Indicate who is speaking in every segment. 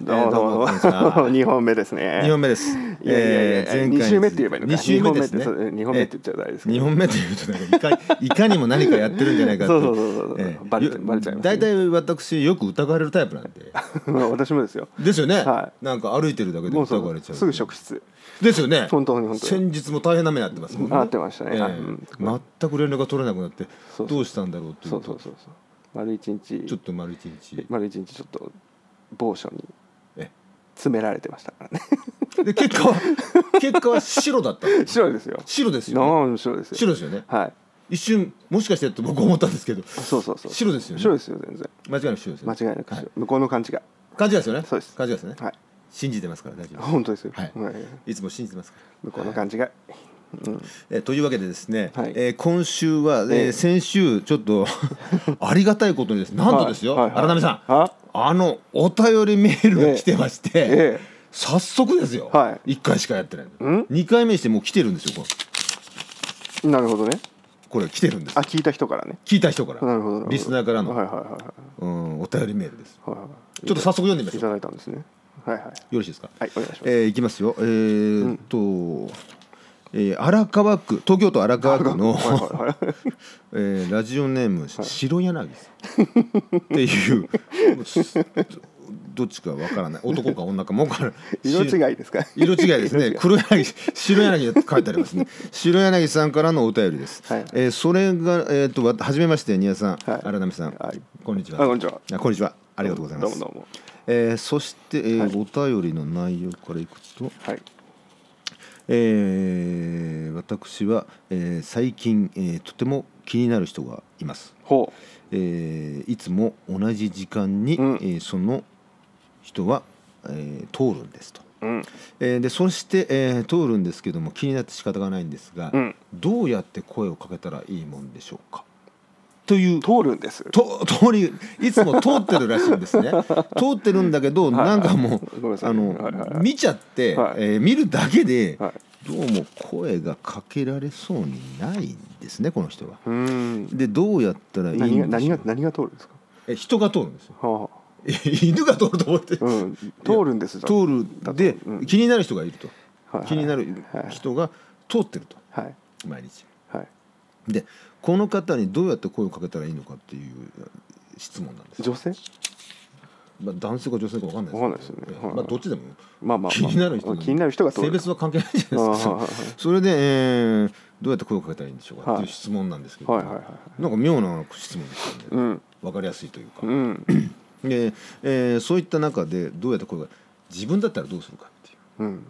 Speaker 1: どうもどうも
Speaker 2: えー どうもこんにちは
Speaker 1: 2本目ですね
Speaker 2: 二本目です。
Speaker 1: いやいやいや
Speaker 2: えー前回に
Speaker 1: 二週目って言えばいいのか
Speaker 2: 二週目ですね。
Speaker 1: 二本目ってそう二本目って言っちゃダメですけど
Speaker 2: えー二本目というとなんかいかいかにも何かやってるんじゃないかって。
Speaker 1: そうそうそうそうバレちゃバレちゃいますね
Speaker 2: だいたい私よく疑われるタイプなんで。
Speaker 1: 私もですよ
Speaker 2: ですよね。
Speaker 1: は
Speaker 2: なんか歩いてるだけで
Speaker 1: も
Speaker 2: 疑
Speaker 1: うそ
Speaker 2: われ
Speaker 1: う
Speaker 2: ちゃう。
Speaker 1: すぐ職質
Speaker 2: ですよね。
Speaker 1: 本当に本当に
Speaker 2: 先日も大変な目になってますもんね。
Speaker 1: なってましたね
Speaker 2: えー
Speaker 1: はいうん
Speaker 2: 全く連絡が取れなくなって
Speaker 1: そう
Speaker 2: どうしたんだろうっていう
Speaker 1: そ
Speaker 2: と
Speaker 1: うそうそうそう丸一日
Speaker 2: ちょっと丸一日。
Speaker 1: 丸一日ちょっと某所に
Speaker 2: え
Speaker 1: 詰められてましたからね
Speaker 2: で結果は結果は白だった。
Speaker 1: 白いですよ
Speaker 2: 白ですよね。
Speaker 1: 生の白いですよ
Speaker 2: 白ですよね。
Speaker 1: はい
Speaker 2: 一瞬もしかしてと僕思ったんですけど。
Speaker 1: そうそうそう
Speaker 2: 白ですよね
Speaker 1: 白ですよ全然
Speaker 2: 間違いなく白ですよ
Speaker 1: 間
Speaker 2: ね
Speaker 1: 違いなく
Speaker 2: はい
Speaker 1: 白向こうの勘違い
Speaker 2: 勘違いですよね
Speaker 1: そうです
Speaker 2: 勘違いですよね
Speaker 1: はい
Speaker 2: 信じてますから大丈夫
Speaker 1: 本当ですよ
Speaker 2: はいいつも信じてますから
Speaker 1: 向こうの勘違いうん
Speaker 2: えーというわけでですね、
Speaker 1: はい
Speaker 2: えー今週は、えー
Speaker 1: ええ
Speaker 2: 先週ちょっ とありがたいことにですねなんとですよ、
Speaker 1: はいはいはい
Speaker 2: 荒波さん
Speaker 1: は
Speaker 2: あのお便りメールが来てまして、
Speaker 1: ええ
Speaker 2: 早速ですよ、
Speaker 1: は
Speaker 2: 1回しかやってない
Speaker 1: ん
Speaker 2: 2回目にしてもう来てるんですよこれ
Speaker 1: なるほどね
Speaker 2: これ来てるんです
Speaker 1: あ聞いた人からね
Speaker 2: 聞いた人から
Speaker 1: なるほどなるほど
Speaker 2: リスナーからの、
Speaker 1: はいはいはいはい
Speaker 2: うんお便りメールです
Speaker 1: はいはい
Speaker 2: ちょっと早速読んでみま
Speaker 1: い
Speaker 2: しょう
Speaker 1: ただいたんですねはいはい
Speaker 2: よろしいですか
Speaker 1: はいお願いします
Speaker 2: えー、いきますよ。えー、っと、えー荒川区東京都荒川区の、
Speaker 1: はいはいはい
Speaker 2: えーラジオネーム、白柳さんっていうどっちかわからない男か女かもわからない
Speaker 1: 色
Speaker 2: し
Speaker 1: 違いですか
Speaker 2: 色違いですね黒柳白柳って書いてありますね白柳さんからのお便りです、
Speaker 1: はい
Speaker 2: えーそれがえーっとわはじめまして宮さん、
Speaker 1: はい
Speaker 2: 荒波さん、
Speaker 1: はい
Speaker 2: こんにちは
Speaker 1: あこんにちは
Speaker 2: あこんにちはありがとうございます
Speaker 1: どうもどうも
Speaker 2: えーそして、えーお便りの内容からいくと、
Speaker 1: はい
Speaker 2: えー私は、えー最近、えーとても気になる人がいます、
Speaker 1: ほ
Speaker 2: えーいつも同じ時間に、
Speaker 1: うん
Speaker 2: えーその人は、えー通るんですと、
Speaker 1: ううん
Speaker 2: えーでそして、えー通るんですけども気になって仕方がないんですが、
Speaker 1: うん
Speaker 2: どうやって声をかけたらいいもんでしょうかという
Speaker 1: 通るんです
Speaker 2: と 通りいつも通ってるらしいんです ね通ってるんだけど、なんかも
Speaker 1: ごめんな
Speaker 2: う
Speaker 1: さい
Speaker 2: あの、
Speaker 1: はいはいはい
Speaker 2: 見ちゃって、
Speaker 1: はい
Speaker 2: えー見るだけで、
Speaker 1: は
Speaker 2: どうも声がかけられそうにないんですねこの人は。
Speaker 1: うーん
Speaker 2: でどうやったらいいんでし
Speaker 1: 何
Speaker 2: ょ
Speaker 1: が
Speaker 2: う
Speaker 1: 何が何が通るんですか
Speaker 2: え人が通るんですよ
Speaker 1: は
Speaker 2: 犬が通ると思って
Speaker 1: あうん通るんですじゃん
Speaker 2: 通るで、
Speaker 1: うん
Speaker 2: 気になる人がいると、
Speaker 1: はいはい
Speaker 2: 気になる人が通ってると
Speaker 1: はい
Speaker 2: 毎日。
Speaker 1: はい
Speaker 2: でこの方にどうやって声をかけたらいいのかっていう質問なんですよ
Speaker 1: 女性
Speaker 2: まあ、男性か女性か分かんない
Speaker 1: わかんないですよね
Speaker 2: ええ
Speaker 1: はい
Speaker 2: まあ、どっちでも
Speaker 1: まあまあまあ
Speaker 2: 気になる人
Speaker 1: 気になる人が通る
Speaker 2: 性別は関係ないじゃないです
Speaker 1: ああは
Speaker 2: か
Speaker 1: いはいはい
Speaker 2: それで、えーどうやって声をかけたらいいんでしょうか
Speaker 1: はい
Speaker 2: っていう質問なんですけど、
Speaker 1: はいはいは
Speaker 2: なんか妙な質問ですよね、
Speaker 1: いうん
Speaker 2: 分かりやすいというか、
Speaker 1: うん
Speaker 2: でえーそういった中でどうやって声が自分だったらどうするかっていう
Speaker 1: うん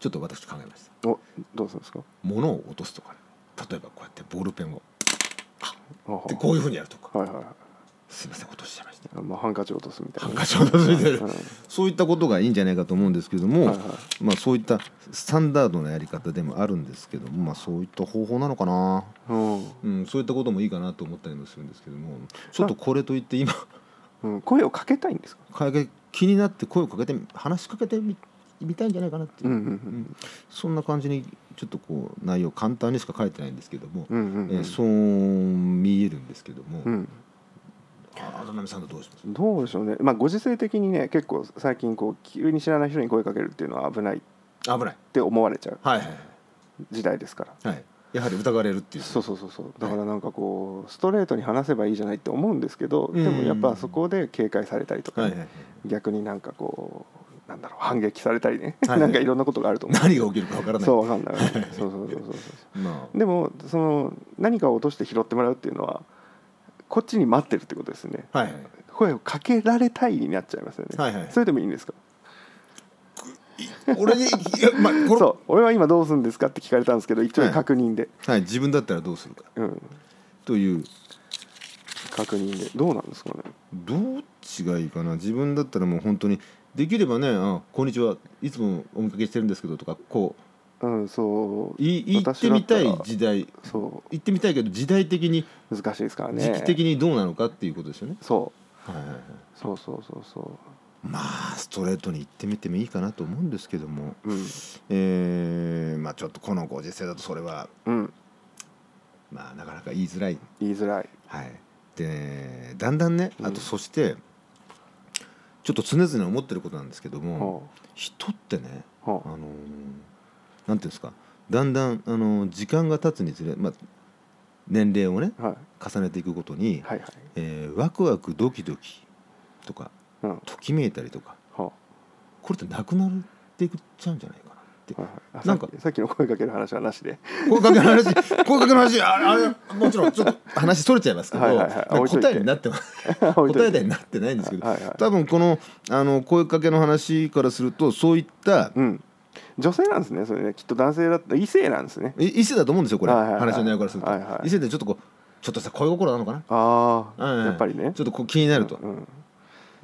Speaker 2: ちょっと私考えました
Speaker 1: おどうするんですか
Speaker 2: 物を落とすとか、ね、例えばこうやってボールペンを
Speaker 1: あは
Speaker 2: でこういうふうにやるとか
Speaker 1: はいはい
Speaker 2: すいません落としちゃいました
Speaker 1: あまあハンカチ落とすみたい
Speaker 2: ハ
Speaker 1: な
Speaker 2: ンカチを落としてる、
Speaker 1: うん
Speaker 2: そういったことがいいんじゃないかと思うんですけども、
Speaker 1: はいは
Speaker 2: まあ、そういったスタンダードなやり方でもあるんですけども、まあ、そういった方法なのかな、
Speaker 1: うん
Speaker 2: うん、そういったこともいいかなと思ったりもするんですけどもちょっとこれといって今
Speaker 1: うん、声をかけたいんですか。
Speaker 2: かけ気になって声をかけて話しかけてみみたいんじゃないかなっていう、
Speaker 1: ん
Speaker 2: そんな感じにちょっとこう内容簡単にしか書いてないんですけども、
Speaker 1: うんうんうんうん、
Speaker 2: えーそう見えるんですけども、
Speaker 1: うん、
Speaker 2: あ渡辺さんとどうします
Speaker 1: どうでしょうね、まあ、ご時世的にね結構最近こう急に知らない人に声かけるっていうのは危ないっ
Speaker 2: 危ない
Speaker 1: て思われちゃう
Speaker 2: はいはい
Speaker 1: 時代ですから
Speaker 2: はいやはり疑われるっていう
Speaker 1: そうそうそうそうだからなんかこうストレートに話せばいいじゃないって思うんですけど、
Speaker 2: うん
Speaker 1: でもやっぱそこで警戒されたりとか、
Speaker 2: はいはいはい
Speaker 1: 逆になんかこうなんだろう反撃されたりね、
Speaker 2: はい
Speaker 1: なんかいろんなことがあると思う
Speaker 2: 何が起きるかわからない
Speaker 1: そうわかんないそうそうそうそうそう
Speaker 2: まあ
Speaker 1: でもその何かを落として拾ってもらうっていうのはこっちに待ってるってことですね
Speaker 2: はいはい
Speaker 1: 声をかけられたいになっちゃいますよね、
Speaker 2: はいはい
Speaker 1: それでもいいんですか
Speaker 2: 俺にいやまあこれ
Speaker 1: そう俺は今どうするんですかって聞かれたんですけど一応確認で、
Speaker 2: はい自分だったらどうするか
Speaker 1: うん
Speaker 2: という
Speaker 1: 確認でどうなんですかね
Speaker 2: どっちがいいかな自分だったらもう本当にできればね「あこんにちはいつもお見かけしてるんですけど」とかこ
Speaker 1: うんそう
Speaker 2: うい言ってみたい時代
Speaker 1: そ
Speaker 2: 言ってみたいけど時代的に
Speaker 1: う難しいですからね
Speaker 2: 時期的にどうなのかっていうことですよね。
Speaker 1: そう
Speaker 2: はいはいはい、
Speaker 1: そうそうそうそ
Speaker 2: まあストレートに言ってみてもいいかなと思うんですけども、
Speaker 1: ううん
Speaker 2: えーまあちょっとこのご時世だとそれは
Speaker 1: うん
Speaker 2: まあなかなか言いづらい
Speaker 1: 言いづらい
Speaker 2: はい、でだんだんね
Speaker 1: うん
Speaker 2: あとそして、ちちょっと常々思ってることなんですけども、
Speaker 1: は
Speaker 2: 人ってね、
Speaker 1: あは
Speaker 2: あのーなんていうんですかだんだん、あのー時間が経つにつれ、まあ、年齢をね
Speaker 1: あはい
Speaker 2: 重ねていくごとに、
Speaker 1: はいはい
Speaker 2: えーワクワクドキドキとか
Speaker 1: うんは
Speaker 2: ときめいたりとか
Speaker 1: あは
Speaker 2: これってなくなっていくっちゃうんじゃないかなって
Speaker 1: いはいあ
Speaker 2: な
Speaker 1: さ
Speaker 2: ん
Speaker 1: っ
Speaker 2: か
Speaker 1: きさっきの声かける話はなしで
Speaker 2: 声かけの話声かけの話あれあれもちろんちょっと話それちゃいますけど、
Speaker 1: はいはいはい
Speaker 2: まあ
Speaker 1: 置いといて
Speaker 2: 答えになってます
Speaker 1: 置いと
Speaker 2: 答
Speaker 1: い
Speaker 2: え
Speaker 1: て
Speaker 2: になってないんですけど、
Speaker 1: はいはい
Speaker 2: 多分このあの声かけの話からするとそういった
Speaker 1: うん女性なんですねそれねきっと男性だった異性なんですね
Speaker 2: い異性だと思うんですよこれ、
Speaker 1: はいはいはい
Speaker 2: 話の内容からすると、
Speaker 1: はいはい
Speaker 2: 異性ってちょっとこうちょっとした恋心なのかな、
Speaker 1: ああ、
Speaker 2: うん
Speaker 1: やっぱりね
Speaker 2: ちょっとこう気になると、
Speaker 1: うん、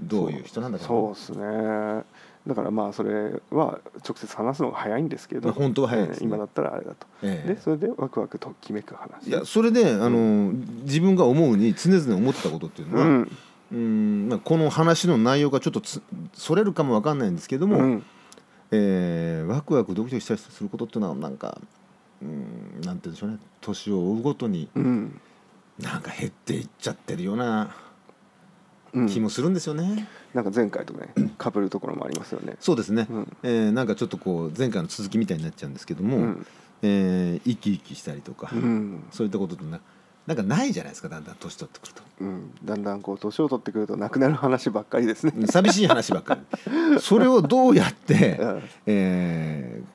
Speaker 2: どういう人なんだかな
Speaker 1: そうですねだからまあそれは直接話すのが早いんですけ
Speaker 2: ま
Speaker 1: ど
Speaker 2: あ本当は早いですね
Speaker 1: えー今だったらあれだと
Speaker 2: ええ
Speaker 1: でそれでワクワクときめく話
Speaker 2: いやそれであの、自分が思うに常々思ってたことっていうの
Speaker 1: う
Speaker 2: は、
Speaker 1: ん
Speaker 2: うんまあ、この話の内容がちょっとつそれるかもわかんないんですけども、
Speaker 1: うん
Speaker 2: えーワクワクドキドキしたりすることっていうのはなんかうんなんて言うんでしょうね年を追うごとに
Speaker 1: うん
Speaker 2: なんか減っていっちゃってるような
Speaker 1: うん
Speaker 2: 気もするんですよね。
Speaker 1: なんか前回とねかぶるところもありますよね
Speaker 2: そうですね、
Speaker 1: うん
Speaker 2: えーなんかちょっとこう前回の続きみたいになっちゃうんですけども、
Speaker 1: うん
Speaker 2: えー生き生きしたりとか、
Speaker 1: うん、
Speaker 2: そういったことってななんかないじゃないですかだんだん年取ってくると。
Speaker 1: うん、だんだんこう年を取ってくるとなくなる話ばっかりですね、
Speaker 2: 寂しい話ばっかりそれをどうやって、
Speaker 1: うん、
Speaker 2: えー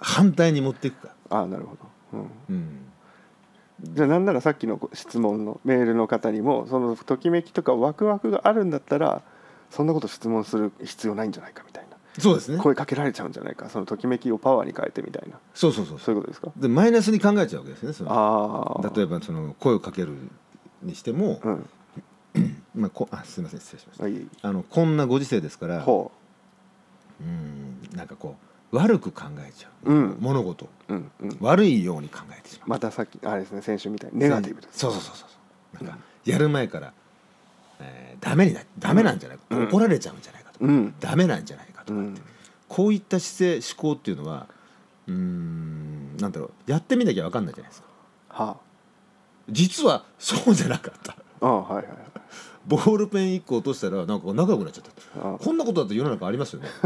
Speaker 2: 反対に持っていくか、
Speaker 1: ああなるほど、うん、
Speaker 2: うん、
Speaker 1: じゃあなんならさっきの質問のメールの方にもそのときめきとかワクワクがあるんだったらそんなこと質問する必要ないんじゃないかみたいな
Speaker 2: そうですね
Speaker 1: 声かけられちゃうんじゃないかそのときめきをパワーに変えてみたいな
Speaker 2: そうそうそうそ
Speaker 1: そういうことですか
Speaker 2: うでマイナスに考えちゃうわけですねその
Speaker 1: ああ
Speaker 2: 例え
Speaker 1: え
Speaker 2: ばその声をかけるにしても、
Speaker 1: うん
Speaker 2: まあ、こあすいません失礼しました
Speaker 1: あいい
Speaker 2: あのこんなご時世ですから
Speaker 1: ほ
Speaker 2: うんなんかこう悪く考えちゃう、
Speaker 1: うん
Speaker 2: 物事を
Speaker 1: ううんうん
Speaker 2: 悪いように考えてしまう、
Speaker 1: またさっきあれですね先週みたいにネガティブです
Speaker 2: そうそうそうそうなんかやる前から、えーダメになダメなんじゃないか、
Speaker 1: うん
Speaker 2: 怒られちゃうんじゃないかとか、
Speaker 1: うん
Speaker 2: ダメなんじゃないかと
Speaker 1: う
Speaker 2: か、
Speaker 1: ん
Speaker 2: こういった姿勢思考っていうのはうーんなんだろうやってみなきゃ分かんないじゃないですか
Speaker 1: は
Speaker 2: 実はそうじゃなかった
Speaker 1: あああはいはい
Speaker 2: ボールペン1個落としたらなんか仲良くなっちゃった
Speaker 1: あ
Speaker 2: こんなことだって世の中ありますよね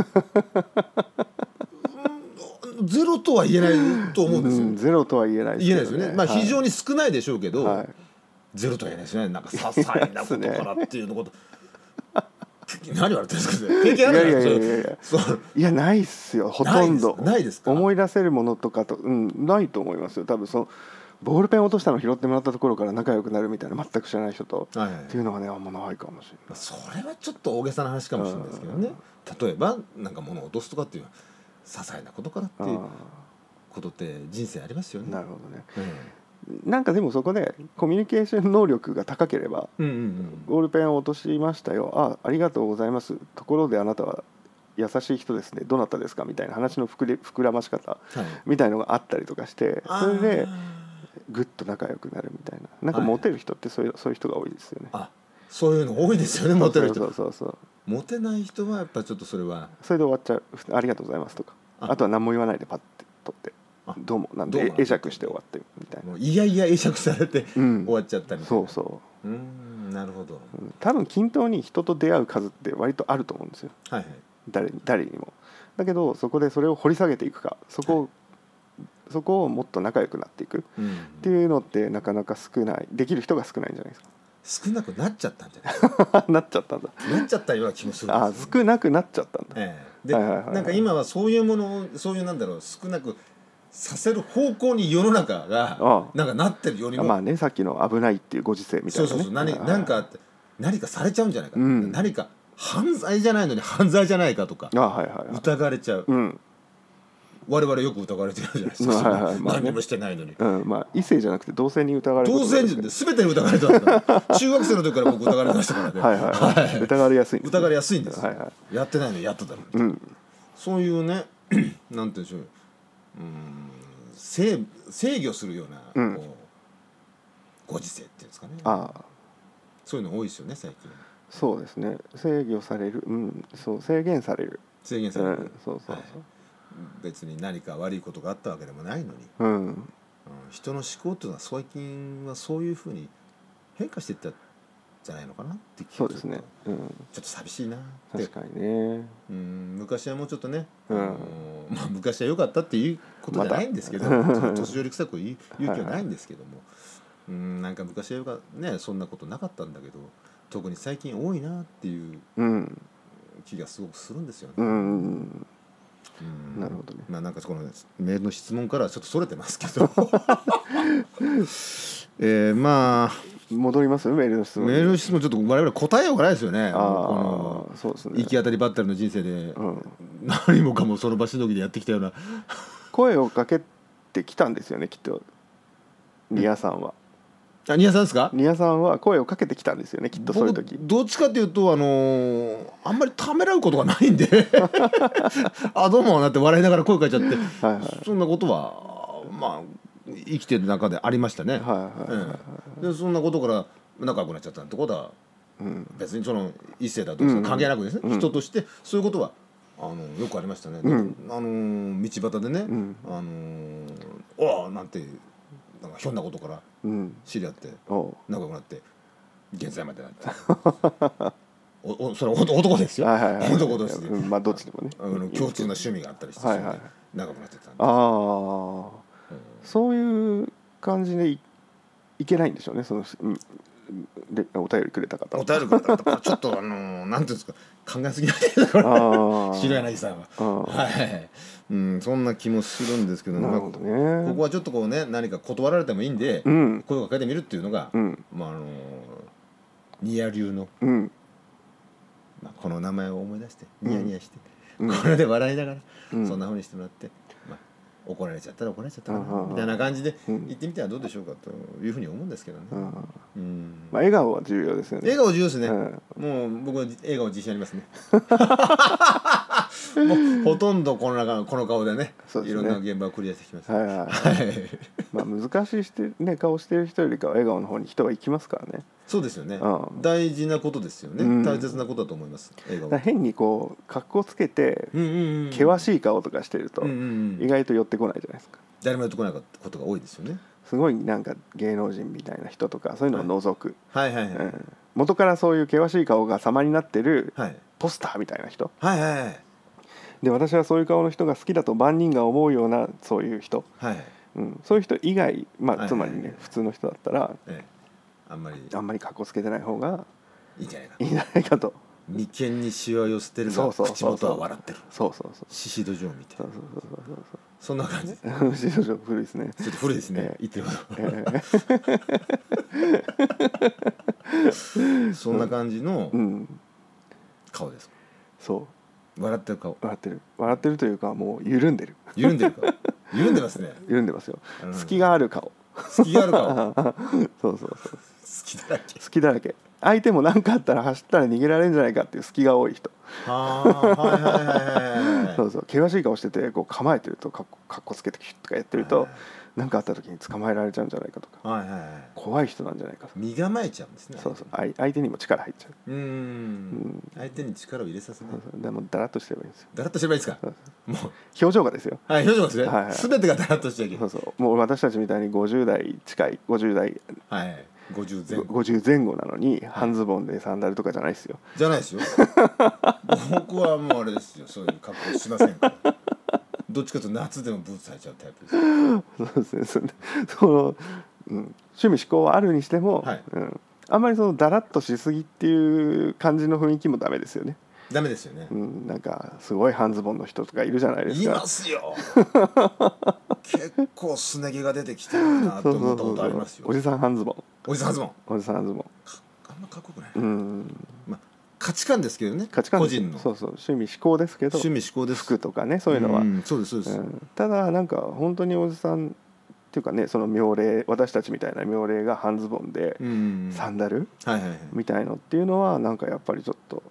Speaker 2: うんゼロとは言えないと思うんですよ、
Speaker 1: うんゼロとは言えない
Speaker 2: 言えないですよね、まあ
Speaker 1: はい
Speaker 2: 非常に少ないでしょうけど、
Speaker 1: はい
Speaker 2: ゼロとは言えないですよねなんか些細なことからっていうのこと何言われてるんですか経験あるじゃない
Speaker 1: いやいやいや
Speaker 2: で
Speaker 1: いやいや
Speaker 2: すかそう
Speaker 1: いやないっすよほとんど
Speaker 2: ないですかないですか
Speaker 1: 思い出せるものとかとうんないと思いますよ多分そのボールペン落としたの拾ってもらったところから仲良くなるみたいな全く知らない人と、
Speaker 2: はいはい
Speaker 1: っていうのはねあんまないかもし
Speaker 2: まあそれはちょっと大げさな話かもしれないですけどね例えばなんか物を落とすとかっていう些細なことからって
Speaker 1: れ
Speaker 2: い
Speaker 1: ないう
Speaker 2: ことって人生ありますよ
Speaker 1: うん
Speaker 2: ね。
Speaker 1: なるほどね
Speaker 2: え
Speaker 1: なんかでもそこでコミュニケーション能力が高ければ
Speaker 2: えうんうんうん
Speaker 1: ボールペンを落としましたよあありがとうございますところであなたは優しい人ですねどなたですかみたいな話の膨れ膨らまし方
Speaker 2: はい
Speaker 1: みたいのがあったりとかしてそれで
Speaker 2: あ
Speaker 1: ぐっと仲良くなるみたいななんかモテる人ってそういう,、そういう人が多いですよね
Speaker 2: ーあそういうの多いですよねモテる
Speaker 1: そ
Speaker 2: 人
Speaker 1: うそうそうそう
Speaker 2: モテない人はやっぱちょっとそれは
Speaker 1: それで終わっちゃうふありがとうございますとか
Speaker 2: あ
Speaker 1: あとは何も言わないでパッて取って
Speaker 2: あ
Speaker 1: どうもなん
Speaker 2: どう
Speaker 1: で
Speaker 2: も
Speaker 1: 会釈して終わってみたいな
Speaker 2: もういやいや会釈されて
Speaker 1: うん
Speaker 2: 終わっちゃったみたい
Speaker 1: そ
Speaker 2: な
Speaker 1: うそう
Speaker 2: うんなるほどは
Speaker 1: ううん多分均等に人と出会う数って割とあると思うんですよ
Speaker 2: いはい
Speaker 1: 誰に誰にもだけどそこでそれを掘り下げていくかそこを、そこをもっと仲良くなっていくっ
Speaker 2: うん
Speaker 1: ていうのってなかなか少ないできる人が少ないんじゃないです
Speaker 2: 少なくなっちゃったんじゃないですか
Speaker 1: か なっちゃったんだ
Speaker 2: なっちゃったような気もするん
Speaker 1: あ
Speaker 2: ですよね
Speaker 1: 少なくなっちゃったんだ
Speaker 2: ええ、で、
Speaker 1: はいはいはいはい
Speaker 2: なんか今はそういうものをそういうなんだろう少なくさせる方向に世の中が
Speaker 1: ああ
Speaker 2: なんかなってるよりも、
Speaker 1: まあねさっきの危ないっていうご時世みたい
Speaker 2: そう
Speaker 1: なね
Speaker 2: そうそう何
Speaker 1: はい
Speaker 2: なんかあって何かされちゃうんじゃないか、
Speaker 1: うん
Speaker 2: 何か犯罪じゃないのに犯罪じゃないかとか
Speaker 1: あはいはいはい
Speaker 2: 疑われちゃう、
Speaker 1: うん
Speaker 2: 我々よく疑われてるじゃないですか、
Speaker 1: まあはいはい
Speaker 2: そんな
Speaker 1: まあね
Speaker 2: 何にもしてないのに。
Speaker 1: うん、まあ異性じゃなくて同性に疑われるこ
Speaker 2: 当
Speaker 1: とがあ
Speaker 2: 然
Speaker 1: る
Speaker 2: 人で全てに疑われてたんだから中学生の時から僕疑われてましたからね、
Speaker 1: はいはい、 はい、疑われやすいんですね
Speaker 2: 疑われやすいんですよ、
Speaker 1: はいは
Speaker 2: やってないのにやってたのに
Speaker 1: うん
Speaker 2: そういうね なんて言うんでしょううーん制制御するような、
Speaker 1: うん
Speaker 2: こうご時世っていうんですかね
Speaker 1: ああ
Speaker 2: そういうの多いですよね最近
Speaker 1: そうですね制御されるうんそう制限される
Speaker 2: 制限さ
Speaker 1: う
Speaker 2: れる、
Speaker 1: んそうそうそう、
Speaker 2: はい別に何か悪いことがあったわけでもないのに、
Speaker 1: うん
Speaker 2: うん人の思考っていうのは最近はそういうふうに変化していったじゃないのかなって気が
Speaker 1: そうですね
Speaker 2: ちょっと
Speaker 1: うん
Speaker 2: ちょっと寂しいなって
Speaker 1: 確かにね
Speaker 2: うん昔はもうちょっとね、
Speaker 1: うん
Speaker 2: あのまあ、昔は良かったっていうことじゃないんですけど、
Speaker 1: また
Speaker 2: 年寄り臭く言う 勇気はないんですけども、うんなんか昔はよかねそんなことなかったんだけど特に最近多いなっていう
Speaker 1: うん
Speaker 2: 気がすごくするんですよね。
Speaker 1: うん
Speaker 2: うん
Speaker 1: なるほどね
Speaker 2: まあなんかこのメールの質問からはちょっとそれてますけ どえーまあ
Speaker 1: 戻りますメールの質問
Speaker 2: メールの質問ちょっと我々答えようがないですよね
Speaker 1: あ
Speaker 2: こ
Speaker 1: あそうです
Speaker 2: の
Speaker 1: ね
Speaker 2: 行き当たりばったりの人生で
Speaker 1: うん、
Speaker 2: 何もかもその場しのぎでやってきたような
Speaker 1: 声をかけてきたんですよねきっとニアさんは、
Speaker 2: あニアさんですか
Speaker 1: ニアさんは声をかけてきたんですよねきっとそういう
Speaker 2: 僕
Speaker 1: 時
Speaker 2: どっちかっていうとあのーあんまりためらうことがないん であどうもなって笑いながら声かけちゃって、
Speaker 1: はいはい
Speaker 2: そんなことはまあ生きてる中でありましたね、
Speaker 1: はいはいは、
Speaker 2: ええでそんなことから仲良くなっちゃったってことはい
Speaker 1: うん、
Speaker 2: 別にその異性だと関係なくですね、
Speaker 1: うんうん
Speaker 2: 人としてそういうことはあのよくありましたね、
Speaker 1: うん
Speaker 2: あの道端でね、
Speaker 1: ん
Speaker 2: あのおあなんてなんかひょんなことから
Speaker 1: うん
Speaker 2: 知り合って
Speaker 1: おう
Speaker 2: 仲良くなって現在までなって おおそれは男ですよ、
Speaker 1: はいはいはい
Speaker 2: 男同士で、
Speaker 1: うんまあどっちでもね
Speaker 2: あの共通の趣味があったりして、
Speaker 1: はいはい
Speaker 2: 仲良くなってたんで
Speaker 1: ああそういう感じでいいけないんでしょうねその、うん、でお便りくれた方
Speaker 2: お便りくれたからちょっとあのなんていうんですか考えすぎないけどこれ
Speaker 1: あ あ
Speaker 2: 白柳さんは。
Speaker 1: あー
Speaker 2: はい、うん、そんな気もするんですけど、
Speaker 1: な
Speaker 2: ま
Speaker 1: る
Speaker 2: あ
Speaker 1: ほど
Speaker 2: こ
Speaker 1: ね
Speaker 2: こはちょっとこうね、何か断られてもいいんで
Speaker 1: う、ん
Speaker 2: 声をかけてみるっていうのが
Speaker 1: う、ん
Speaker 2: まあ、あのー。ニヤ流の、
Speaker 1: うん
Speaker 2: まあ、この名前を思い出して、ニヤニヤして、
Speaker 1: うん
Speaker 2: これで笑いながら、
Speaker 1: うん
Speaker 2: そんな風にしてもらって。まあ、怒られちゃったら、怒られちゃったか
Speaker 1: うんうん
Speaker 2: な
Speaker 1: うん
Speaker 2: みたいな感じで、
Speaker 1: うん
Speaker 2: 言ってみてはどうでしょうかというふうに思うんですけどね。
Speaker 1: うんま
Speaker 2: うん
Speaker 1: あ、笑顔は重要ですよね
Speaker 2: 笑顔重要ですね。
Speaker 1: うん
Speaker 2: もう僕は笑顔自信あります ね。もうほとんどこの中この顔でね
Speaker 1: そうで
Speaker 2: い
Speaker 1: す
Speaker 2: ろ
Speaker 1: ね
Speaker 2: んな現場をクリアしてきました。
Speaker 1: はいはいはい
Speaker 2: はい。
Speaker 1: まあ難しいして、ね、顔してる人よりかは笑顔の方に人は行きますからね
Speaker 2: そうですよね
Speaker 1: う。ん
Speaker 2: 大事なことですよね。
Speaker 1: うん
Speaker 2: 大切なことだと思います。笑
Speaker 1: だ
Speaker 2: 顔
Speaker 1: から。変にこう格好つけて
Speaker 2: うんうんうん。
Speaker 1: 険しい顔とかしてると
Speaker 2: うんうんう
Speaker 1: 意
Speaker 2: ん。
Speaker 1: 外と寄ってこないじゃないですか
Speaker 2: 誰もやってこなかったことが多いですよね。
Speaker 1: すごいなんか芸能人みたいな人とかそういうのを除く、
Speaker 2: はいはいは
Speaker 1: う
Speaker 2: い。
Speaker 1: ん、元からそういう険しい顔が様になってる
Speaker 2: はい
Speaker 1: ポスターみたいな人
Speaker 2: はいはいはい
Speaker 1: で私はそういう顔の人が好きだと万人が思うようなそういう人、
Speaker 2: はい。
Speaker 1: うん、そういう人以外、ま
Speaker 2: は
Speaker 1: あ、
Speaker 2: い
Speaker 1: つまりね、普通の人だったら
Speaker 2: ええあんまり
Speaker 1: あんまり格好つけてない方が
Speaker 2: いいんじゃないか
Speaker 1: い。いんじゃないかと
Speaker 2: 眉間にしわ寄せてる
Speaker 1: そ
Speaker 2: が
Speaker 1: うそうそう
Speaker 2: 口
Speaker 1: そう
Speaker 2: 元は笑ってる。
Speaker 1: そうそうそう
Speaker 2: シシドジョーみた
Speaker 1: そ
Speaker 2: いうな
Speaker 1: そうそうそうそうそう
Speaker 2: そんな感じ。ちょ
Speaker 1: 師匠古いですね。
Speaker 2: っと古いですね
Speaker 1: え。え
Speaker 2: 言ってること。
Speaker 1: えー
Speaker 2: そんな感じの
Speaker 1: うん、
Speaker 2: 顔です。
Speaker 1: そう
Speaker 2: 笑ってる顔。
Speaker 1: 笑ってる笑ってるというかもう緩んでる
Speaker 2: 緩んでる顔。緩んでますね。
Speaker 1: 緩んでますよ
Speaker 2: うん
Speaker 1: 隙がある顔
Speaker 2: 隙がある顔。
Speaker 1: そうそうそう
Speaker 2: 隙だらけ。
Speaker 1: 隙だらけ相手も何かあったら走ったら逃げられるんじゃないかっていう隙が多い人、
Speaker 2: はあはいはいはいはい。
Speaker 1: そうそう険しい顔しててこう構えてるとかっこかっこつけてキュッとかやってると何かあった時に捕まえられちゃうんじゃないかとか
Speaker 2: はいはいはい。
Speaker 1: 怖い人なんじゃないかと
Speaker 2: 身構えちゃうんですね。
Speaker 1: そうそう相相手にも力入っちゃう
Speaker 2: うーん。相手に力を入れさせない
Speaker 1: そう。そうでもダラッとしてればいいんですよ
Speaker 2: だらっとすればいいですか
Speaker 1: そう。
Speaker 2: も
Speaker 1: 表情がですよ
Speaker 2: う。はい、表情ですね
Speaker 1: はいは。い
Speaker 2: すべてがだらっとしちゃいけな
Speaker 1: そ。
Speaker 2: いう
Speaker 1: そうもう私たちみたいに50代近い50代
Speaker 2: はい。五十前後。
Speaker 1: 50前後なのに半ズボンでサンダルとかじゃないですよ
Speaker 2: じゃないですよ。僕はもうあれですよ。そういう格好しません から。どっちかというと夏でもブーツ履いちゃうタイプです。
Speaker 1: そうですねそんでその、うん、趣味嗜好はあるにしても、
Speaker 2: はい
Speaker 1: うん、あんまりそのだらっとしすぎっていう感じの雰囲気もダメですよね、
Speaker 2: ダメですよね
Speaker 1: う。ん、なんかすごい半ズボンの人とかいるじゃないです
Speaker 2: いま
Speaker 1: か
Speaker 2: す よ結構すね毛が出てきてるなと
Speaker 1: そうそ
Speaker 2: 思
Speaker 1: う
Speaker 2: った
Speaker 1: そ
Speaker 2: こ
Speaker 1: う
Speaker 2: とあります
Speaker 1: そう
Speaker 2: よ
Speaker 1: おじさん半ズボン
Speaker 2: おじさんズボン
Speaker 1: おじさん半ズボン
Speaker 2: かあんまかっこよくない、
Speaker 1: うん
Speaker 2: まあ、価値観ですけどね
Speaker 1: 価値観
Speaker 2: 個
Speaker 1: です
Speaker 2: 人の
Speaker 1: そうそう趣味嗜好ですけど
Speaker 2: 趣味思考です
Speaker 1: 服とかねそういうのは、
Speaker 2: んそうですそうです、
Speaker 1: うんただなんか本当におじさんっていうかねその妙齢私たちみたいな妙齢が半ズボンで、
Speaker 2: うん
Speaker 1: サンダル
Speaker 2: はいはいはい、
Speaker 1: みたいのっていうのはなんかやっぱりちょっと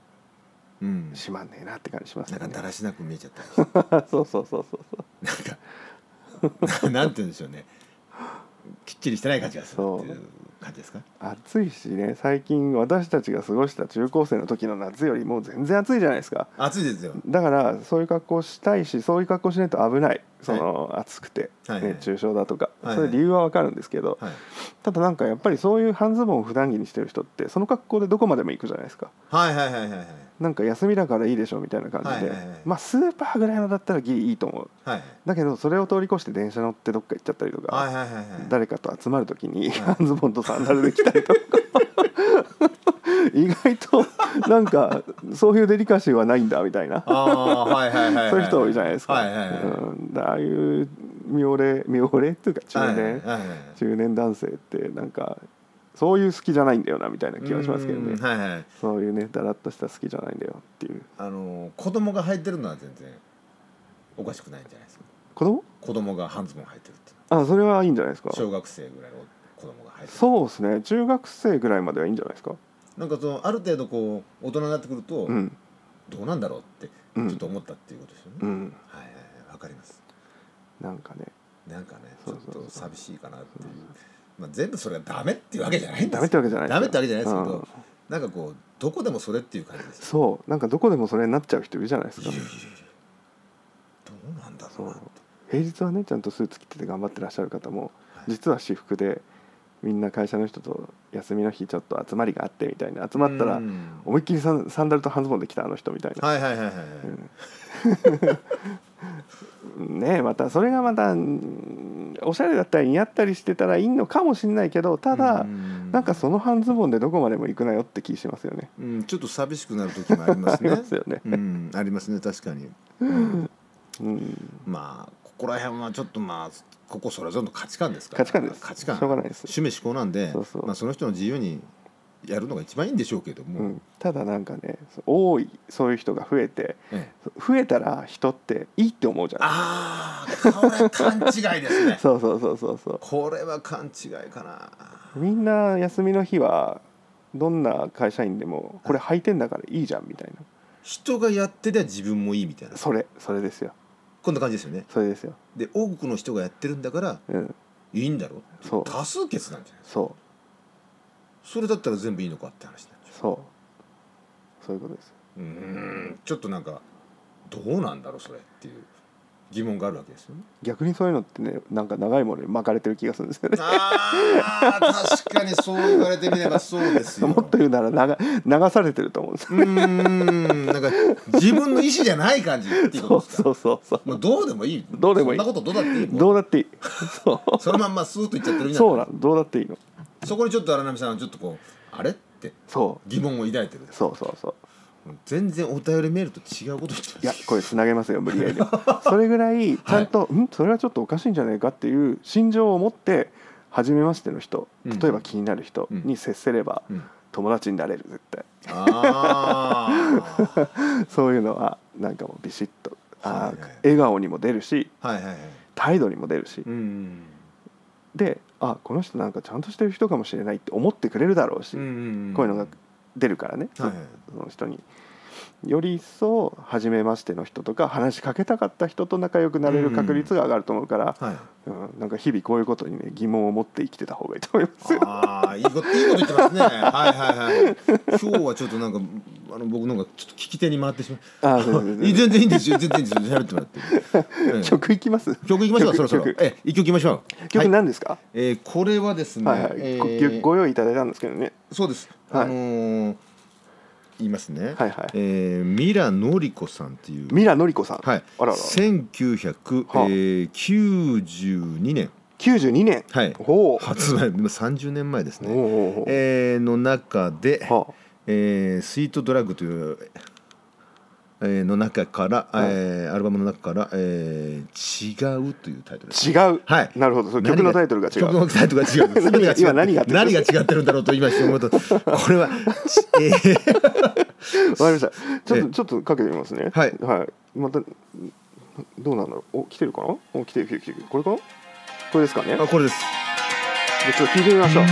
Speaker 2: うん、
Speaker 1: しまんねえなって感じします
Speaker 2: なん
Speaker 1: よ
Speaker 2: か
Speaker 1: ね
Speaker 2: だらしなく見えちゃったりして
Speaker 1: そうそうそうそうそう
Speaker 2: なんかななんて言うんでしょうねきっちりしてない感じがするっていう感じですか
Speaker 1: 暑いしね最近私たちが過ごした中高生の時の夏よりもう全然暑いじゃないですか
Speaker 2: 暑いですよ
Speaker 1: だからそういう格好したいしそういう格好しないと危ないその暑くて
Speaker 2: はいはい
Speaker 1: 熱中症だとか
Speaker 2: はいはい
Speaker 1: それ理由はわかるんですけど
Speaker 2: はい
Speaker 1: ただなんかやっぱりそういう半ズボンを普段着にしてる人ってその格好でどこまでも行くじゃないですか
Speaker 2: はいはいはいはいはい
Speaker 1: なんか休みだからいいでしょみたいな感じで
Speaker 2: はいはいはい
Speaker 1: まあスーパーぐらいのだったらギリいいと思う
Speaker 2: はい
Speaker 1: だけどそれを通り越して電車乗ってどっか行っちゃったりと
Speaker 2: はいは
Speaker 1: か
Speaker 2: いはいはい
Speaker 1: 誰かと集まる時に
Speaker 2: はい
Speaker 1: 半ズボンとサンダルで来たりとか 意外となんかそういうデリカシーはないんだみたいな
Speaker 2: ああはいはいはいはい
Speaker 1: そういう人多いじゃないですか。
Speaker 2: はいはいはい
Speaker 1: うんああいう妙齢妙齢っていうか中年、
Speaker 2: はいはいはいはい
Speaker 1: 中年男性ってなんかそういう好きじゃないんだよなみたいな気がしますけど
Speaker 2: う
Speaker 1: ね
Speaker 2: ん。はいはい
Speaker 1: そういうねだらっとした好きじゃないんだよっていう
Speaker 2: あの子供が入ってるのは全然おかしくないんじゃないですか
Speaker 1: 子供？
Speaker 2: 子供が半ズボン入ってるって
Speaker 1: あそれはいいんじゃないですか。
Speaker 2: 小学生ぐらいの子供が入ってる
Speaker 1: そうですね中学生ぐらいまではいいんじゃないですか。
Speaker 2: なんかそのある程度こう大人になってくると、
Speaker 1: うん
Speaker 2: どうなんだろうって
Speaker 1: う
Speaker 2: ちょっ
Speaker 1: ん
Speaker 2: と思ったっていうことですよね、
Speaker 1: うん
Speaker 2: はいはいはいわかります
Speaker 1: なんかね
Speaker 2: なんかねち
Speaker 1: そ
Speaker 2: ょ
Speaker 1: うそうそう
Speaker 2: っと寂しいかなっていうまあ、全部それがダメっていうわけじゃないんです
Speaker 1: ダメってわけじゃない
Speaker 2: ダメってわけじゃないですけ
Speaker 1: うん
Speaker 2: ど、なんかこうどこでもそれっていう感じですよ
Speaker 1: そうなんかどこでもそれになっちゃう人いるじゃないです
Speaker 2: い
Speaker 1: か
Speaker 2: やい。やいやどうなんだろうなって
Speaker 1: 平日はねちゃんとスーツ着てて頑張ってらっしゃる方も
Speaker 2: はい
Speaker 1: 実は私服でみんな会社の人と休みの日ちょっと集まりがあってみたいな集まった
Speaker 2: う
Speaker 1: ら
Speaker 2: ん
Speaker 1: 思いっきりサンサンダルと半ズボンで来たあの人みたいな、
Speaker 2: はいはいはいはいはい、
Speaker 1: うん、 ねえまたそれがまたうんおしゃれだったり似合ったりしてたらいいのかもしれないけどただ、なんかそ
Speaker 2: の、
Speaker 1: の半ズボンでどこまでも行くなよって気しますよね。
Speaker 2: うん、ちょっと寂しくなる時もありま
Speaker 1: あ
Speaker 2: す
Speaker 1: り
Speaker 2: ね
Speaker 1: ますよね。
Speaker 2: うん、ありますね確かに、うん
Speaker 1: うん、
Speaker 2: まあここら辺はちょっとまあここそれぞれの価値観ですから
Speaker 1: 価値観です。
Speaker 2: 価値観
Speaker 1: しょうがないです。
Speaker 2: 趣味嗜好なんで
Speaker 1: そうそう
Speaker 2: まあ、その人の自由にやるのが一番いいんでしょうけども、
Speaker 1: うん、ただなんかね多いそういう人が増えて
Speaker 2: ええ
Speaker 1: 増えたら人っていいって思うじゃん。
Speaker 2: ああこれ勘違いですね
Speaker 1: そうそうそうそうそう。
Speaker 2: これは勘違いかな
Speaker 1: みんな休みの日はどんな会社員でもこれ履いてんだからいいじゃんみたい
Speaker 2: 人がやってりゃ自分もいいみたいな
Speaker 1: なそれそれですよ
Speaker 2: こんな感じですよね
Speaker 1: それですよ
Speaker 2: で多くの人がやってるんだから
Speaker 1: うん
Speaker 2: いいんだろ
Speaker 1: そう
Speaker 2: 多数決なんじゃない
Speaker 1: そう
Speaker 2: それだったら全部いいのかって話なんですよ
Speaker 1: そうそういうことです
Speaker 2: うーんちょっとなんかどうなんだろうそれっていう疑問があるわけですよね
Speaker 1: 逆にそういうのってねなんか長いものに巻かれてる気がするんです よね
Speaker 2: あー確かにそう言われてみれば そうですよ
Speaker 1: もっと言うなら流流されてると思うんです
Speaker 2: うーんなんか自分の意思じゃない感じっていう
Speaker 1: そ
Speaker 2: こと
Speaker 1: う
Speaker 2: ですか
Speaker 1: そうそうそう
Speaker 2: もうどうでもいい
Speaker 1: どうでもいい
Speaker 2: そんなことどうだっていいも
Speaker 1: どうだっていいそ
Speaker 2: んそのまんまスーッといっちゃってる
Speaker 1: う
Speaker 2: みたい
Speaker 1: そう
Speaker 2: な
Speaker 1: なのどうだっていいの
Speaker 2: そこにちょっと荒波さんはちょっとこうあれって
Speaker 1: そう
Speaker 2: 疑問を抱いてる
Speaker 1: そうそうそう
Speaker 2: 全然お便りメールと違うこと言ってます
Speaker 1: いやこれつなげますよ無 理やりそれぐらいちゃんと、んそれはちょっとおかしいんじゃないかっていう心情を持って初めましての人
Speaker 2: うん
Speaker 1: 例えば気になる人
Speaker 2: うん
Speaker 1: に接せれば
Speaker 2: うん
Speaker 1: 友達になれる絶対
Speaker 2: あー
Speaker 1: そういうのはなんかもうビシッとあー
Speaker 2: はいはい
Speaker 1: 笑顔にも出るし
Speaker 2: はいはいはい
Speaker 1: 態度にも出るし
Speaker 2: うん
Speaker 1: であこの人なんかちゃんとしてる人かもしれないって思ってくれるだろうし、
Speaker 2: うんうん
Speaker 1: こういうのが出るからね、
Speaker 2: はいはい
Speaker 1: その人に。より一層初めましての人とか話しかけたかった人と仲良くなれる確率が上がると思うから、
Speaker 2: はい
Speaker 1: うん、なんか日々こういうことにね疑問を持って生きてた方がいいと思いますよ。
Speaker 2: ああいいこといいこと言ってますね。はいはいはい。今日はちょっとなんかあの僕なんかちょっと聞き手に回ってしまう。
Speaker 1: ああ、そうそう
Speaker 2: い
Speaker 1: そ
Speaker 2: いう全然いいんですよ全然いいんですよ喋ってもらって、ええ曲
Speaker 1: 曲いきます。
Speaker 2: いきましょうそろ
Speaker 1: 曲
Speaker 2: そろ
Speaker 1: 曲
Speaker 2: ええ一曲いきましょう
Speaker 1: 曲
Speaker 2: はい
Speaker 1: 何ですか？
Speaker 2: えーこれはですね、
Speaker 1: はいはい、
Speaker 2: え
Speaker 1: ご
Speaker 2: ー
Speaker 1: ご用意いただいたんですけどね。
Speaker 2: そうです、
Speaker 1: はい
Speaker 2: あのー言いますね、
Speaker 1: はいはい
Speaker 2: えーミラノリコさんっていう
Speaker 1: ミラノリコさん。
Speaker 2: はい
Speaker 1: あらら。
Speaker 2: 1992年
Speaker 1: 九十二年。
Speaker 2: はい
Speaker 1: ほう。
Speaker 2: 発売今30年前です
Speaker 1: おう
Speaker 2: ね、
Speaker 1: おうおう。
Speaker 2: えーの中で、
Speaker 1: は
Speaker 2: えースイートドラッグという、えーの中から、
Speaker 1: はい
Speaker 2: えーアルバムの中から、えー違うというタイトルです。
Speaker 1: 違う。
Speaker 2: はい
Speaker 1: なるほど。その曲のタイトルが違
Speaker 2: 曲
Speaker 1: う。
Speaker 2: のタイトルが違う。全てが違う
Speaker 1: 今 何があって
Speaker 2: 何が違ってるんだろうと今思 うと、これは、ちえー
Speaker 1: わかりました。ちょっ
Speaker 2: え
Speaker 1: とちょっとかけてみますね。
Speaker 2: はい
Speaker 1: はい。またどうなんだろう。お来てるかな？お来てる来てる来てる。これかな？これですかね。
Speaker 2: あこれです。
Speaker 1: じゃあちょっと聞いてみましょう。はい。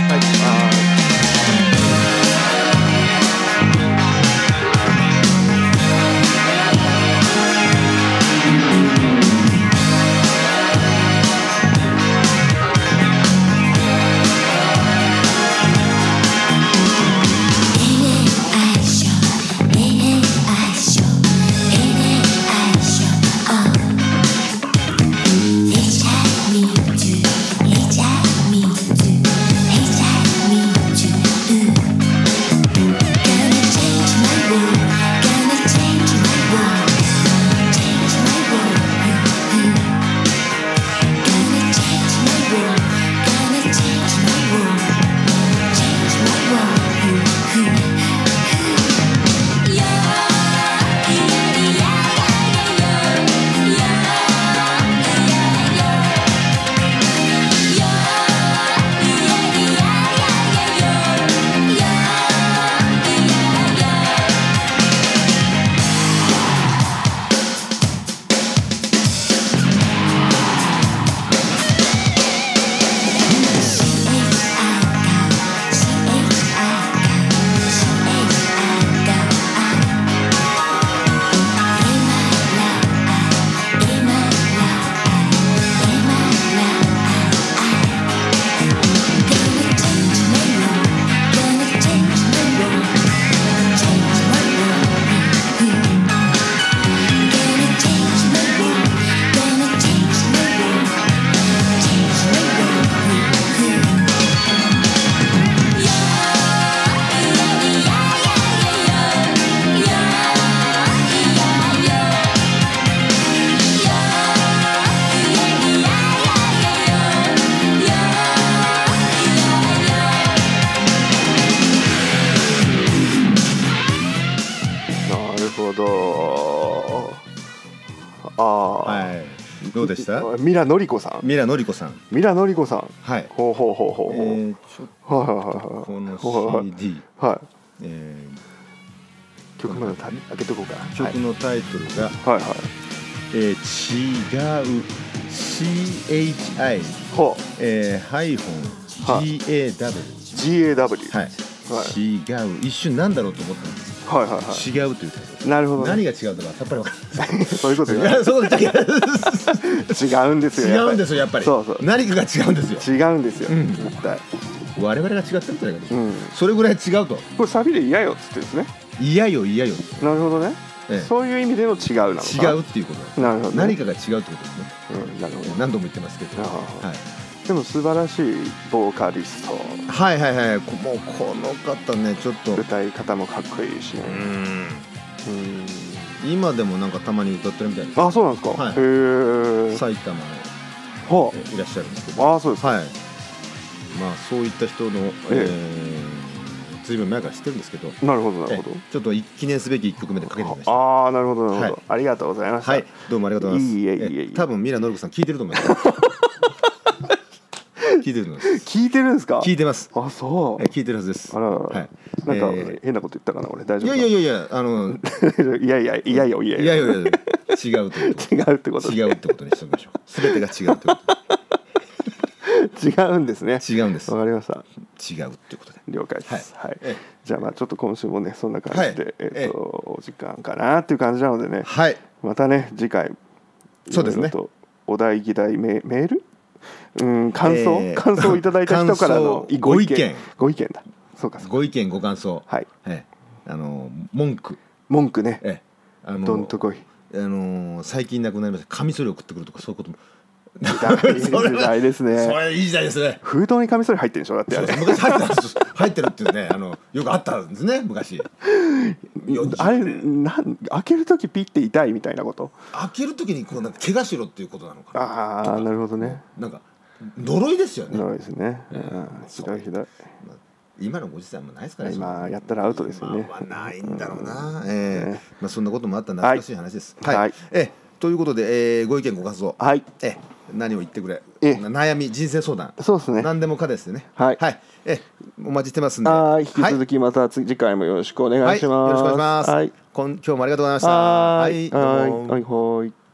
Speaker 3: Oh.
Speaker 1: るほどああ、
Speaker 2: はいどうでした
Speaker 1: ミラノリコさん
Speaker 2: ミラノリコさん
Speaker 1: ミラノリコさん
Speaker 2: はい
Speaker 1: ほうほうほう
Speaker 2: え
Speaker 1: ほうほう、
Speaker 2: ー、ちょっ
Speaker 1: はいはい
Speaker 2: とこの
Speaker 1: は
Speaker 2: CD、え
Speaker 1: いはいはいはい曲までた開けとこうか
Speaker 2: ー、曲のタイトルが、
Speaker 1: はいはいはい
Speaker 2: えー、違う CHI
Speaker 1: ほ
Speaker 2: えー、ハイフォ
Speaker 1: は
Speaker 2: ン
Speaker 1: い
Speaker 2: GAW
Speaker 1: う GAW はい
Speaker 2: はい、
Speaker 1: はい
Speaker 2: 違う一瞬なんだろうと思ったんです
Speaker 1: はいはい
Speaker 2: 違うというタイト
Speaker 1: なるほ
Speaker 2: ル
Speaker 1: ど、
Speaker 2: 何
Speaker 1: ね、
Speaker 2: が違うとかさっぱり分かんない
Speaker 1: そういうこと
Speaker 2: い
Speaker 1: よ
Speaker 2: や そうだけど
Speaker 1: 違うんですよ
Speaker 2: 違
Speaker 1: やっぱり
Speaker 2: うんですよやっぱり
Speaker 1: そうそう
Speaker 2: 何かが違うんですよ
Speaker 1: 違うんですよ、
Speaker 2: うん
Speaker 1: 絶対、
Speaker 2: 我々が違ってるんじゃないかと、
Speaker 1: うん、
Speaker 2: それぐらい違うと
Speaker 1: これサビで嫌よっつってですね
Speaker 2: 嫌よ嫌よ、
Speaker 1: なるほどね、
Speaker 2: え
Speaker 1: そういう意味での違うなの
Speaker 2: え
Speaker 1: か
Speaker 2: 違うっていうこと
Speaker 1: なるほど、ね、
Speaker 2: 何かが違うってことですね
Speaker 1: うん、なるほど、
Speaker 2: 何度も言ってますけど、
Speaker 1: ああ
Speaker 2: はい、
Speaker 1: でも素晴らしいボーカリスト
Speaker 2: はいはいはいこもうこの方ねちょっと
Speaker 1: 歌い方もかっこいいしねうん
Speaker 2: 今でもなんかたまに歌ってるみたいです
Speaker 1: あそうなんですか、
Speaker 2: はい
Speaker 1: へえ
Speaker 2: 埼玉に
Speaker 1: は
Speaker 2: えいらっしゃるんですけど
Speaker 1: ああそうですか
Speaker 2: はいまあそういった人の、
Speaker 1: え
Speaker 2: えー、随分前から知ってるんですけど
Speaker 1: なるほどなるほ
Speaker 2: え
Speaker 1: ど
Speaker 2: えちょっと記念すべき1曲目でかけてみました
Speaker 1: ああなるほどなるほど、
Speaker 2: はい
Speaker 1: ありがとうございました、
Speaker 2: はい、どうもありがとうございます。
Speaker 1: いいえいいえいいえ
Speaker 2: 多分ミラノルコさん聞いてると思います。 聞いてると思います。
Speaker 1: 聞いてるんですか
Speaker 2: 聞いてます。
Speaker 1: あそう
Speaker 2: え聞いてるはずです。
Speaker 1: あららら
Speaker 2: はい。
Speaker 1: なんか、
Speaker 2: え
Speaker 1: 変なこと言ったかな俺大
Speaker 2: ー
Speaker 1: 丈
Speaker 2: い
Speaker 1: 夫
Speaker 2: やいやいやいや、あの、
Speaker 1: いや いやいやいやよいや
Speaker 2: い
Speaker 1: い
Speaker 2: や
Speaker 1: や
Speaker 2: いやいや、違うってこ。
Speaker 1: 違うってことと
Speaker 2: 違うってことにしておきましょう。すべてが違うってこ
Speaker 1: 違うんですね
Speaker 2: と。違うんです。
Speaker 1: わかりました
Speaker 2: 違うってことで。
Speaker 1: 了解です、はい
Speaker 2: ええ
Speaker 1: じゃあまあちょっと今週もねそんな感じで、
Speaker 2: はい
Speaker 1: えっ、と、お時間かなっていう感じなのでね
Speaker 2: はい。
Speaker 1: またね次回
Speaker 2: そうですね
Speaker 1: いろいろとお題議題メメールうん感想、
Speaker 2: えー
Speaker 1: 感想をいただいた人からの
Speaker 2: 感想
Speaker 1: ご意見
Speaker 2: ご意見
Speaker 1: ご意見だそうかそうか
Speaker 2: ご意見ご感想。
Speaker 1: はい
Speaker 2: ええあの文句。
Speaker 1: 文句ね
Speaker 2: ええあ
Speaker 1: どんとこい
Speaker 2: あの最近なくなりました。カミソリ送ってくるとかそういうことも。
Speaker 1: だいい時代です
Speaker 2: そ
Speaker 1: ね
Speaker 2: れいい時代ですね。
Speaker 1: 封筒にカミソリ入ってるでしょだってあ
Speaker 2: そう
Speaker 1: れ
Speaker 2: そう昔入ってたんです入ってるっていうねあのよくあったんですね昔40
Speaker 1: あれなん開ける時ピッて痛いみたいなこと
Speaker 2: 開ける時にこうなんか怪我しろっていうことなのか
Speaker 1: ああなるほどね
Speaker 2: ななんか呪いですよね
Speaker 1: なるですね、うん、ひ
Speaker 2: そ
Speaker 1: ど
Speaker 2: う
Speaker 1: いひどい
Speaker 2: 今のご時世はもうないですからね
Speaker 1: 今やったらアウトですよね
Speaker 2: 今はないんだろうな、ええ
Speaker 1: ね
Speaker 2: まあ、そんなこともあった懐かしい話です
Speaker 1: はいはい
Speaker 2: ええということで、えーご意見ご感想、
Speaker 1: はい
Speaker 2: ええ何を言ってくれ、
Speaker 1: ええ
Speaker 2: 悩み人生相談
Speaker 1: そうですね
Speaker 2: 何でもかですね
Speaker 1: はい
Speaker 2: はいええお待ちしてますんで
Speaker 1: はい引き
Speaker 2: はい
Speaker 1: 続きまた次回もよろしくお願
Speaker 2: はいい、
Speaker 1: し
Speaker 2: よろしくお願いし
Speaker 1: ま
Speaker 2: ますす。
Speaker 1: はい
Speaker 2: こん今日もありがとうございました。
Speaker 1: はい
Speaker 2: どうも
Speaker 1: はいはいはい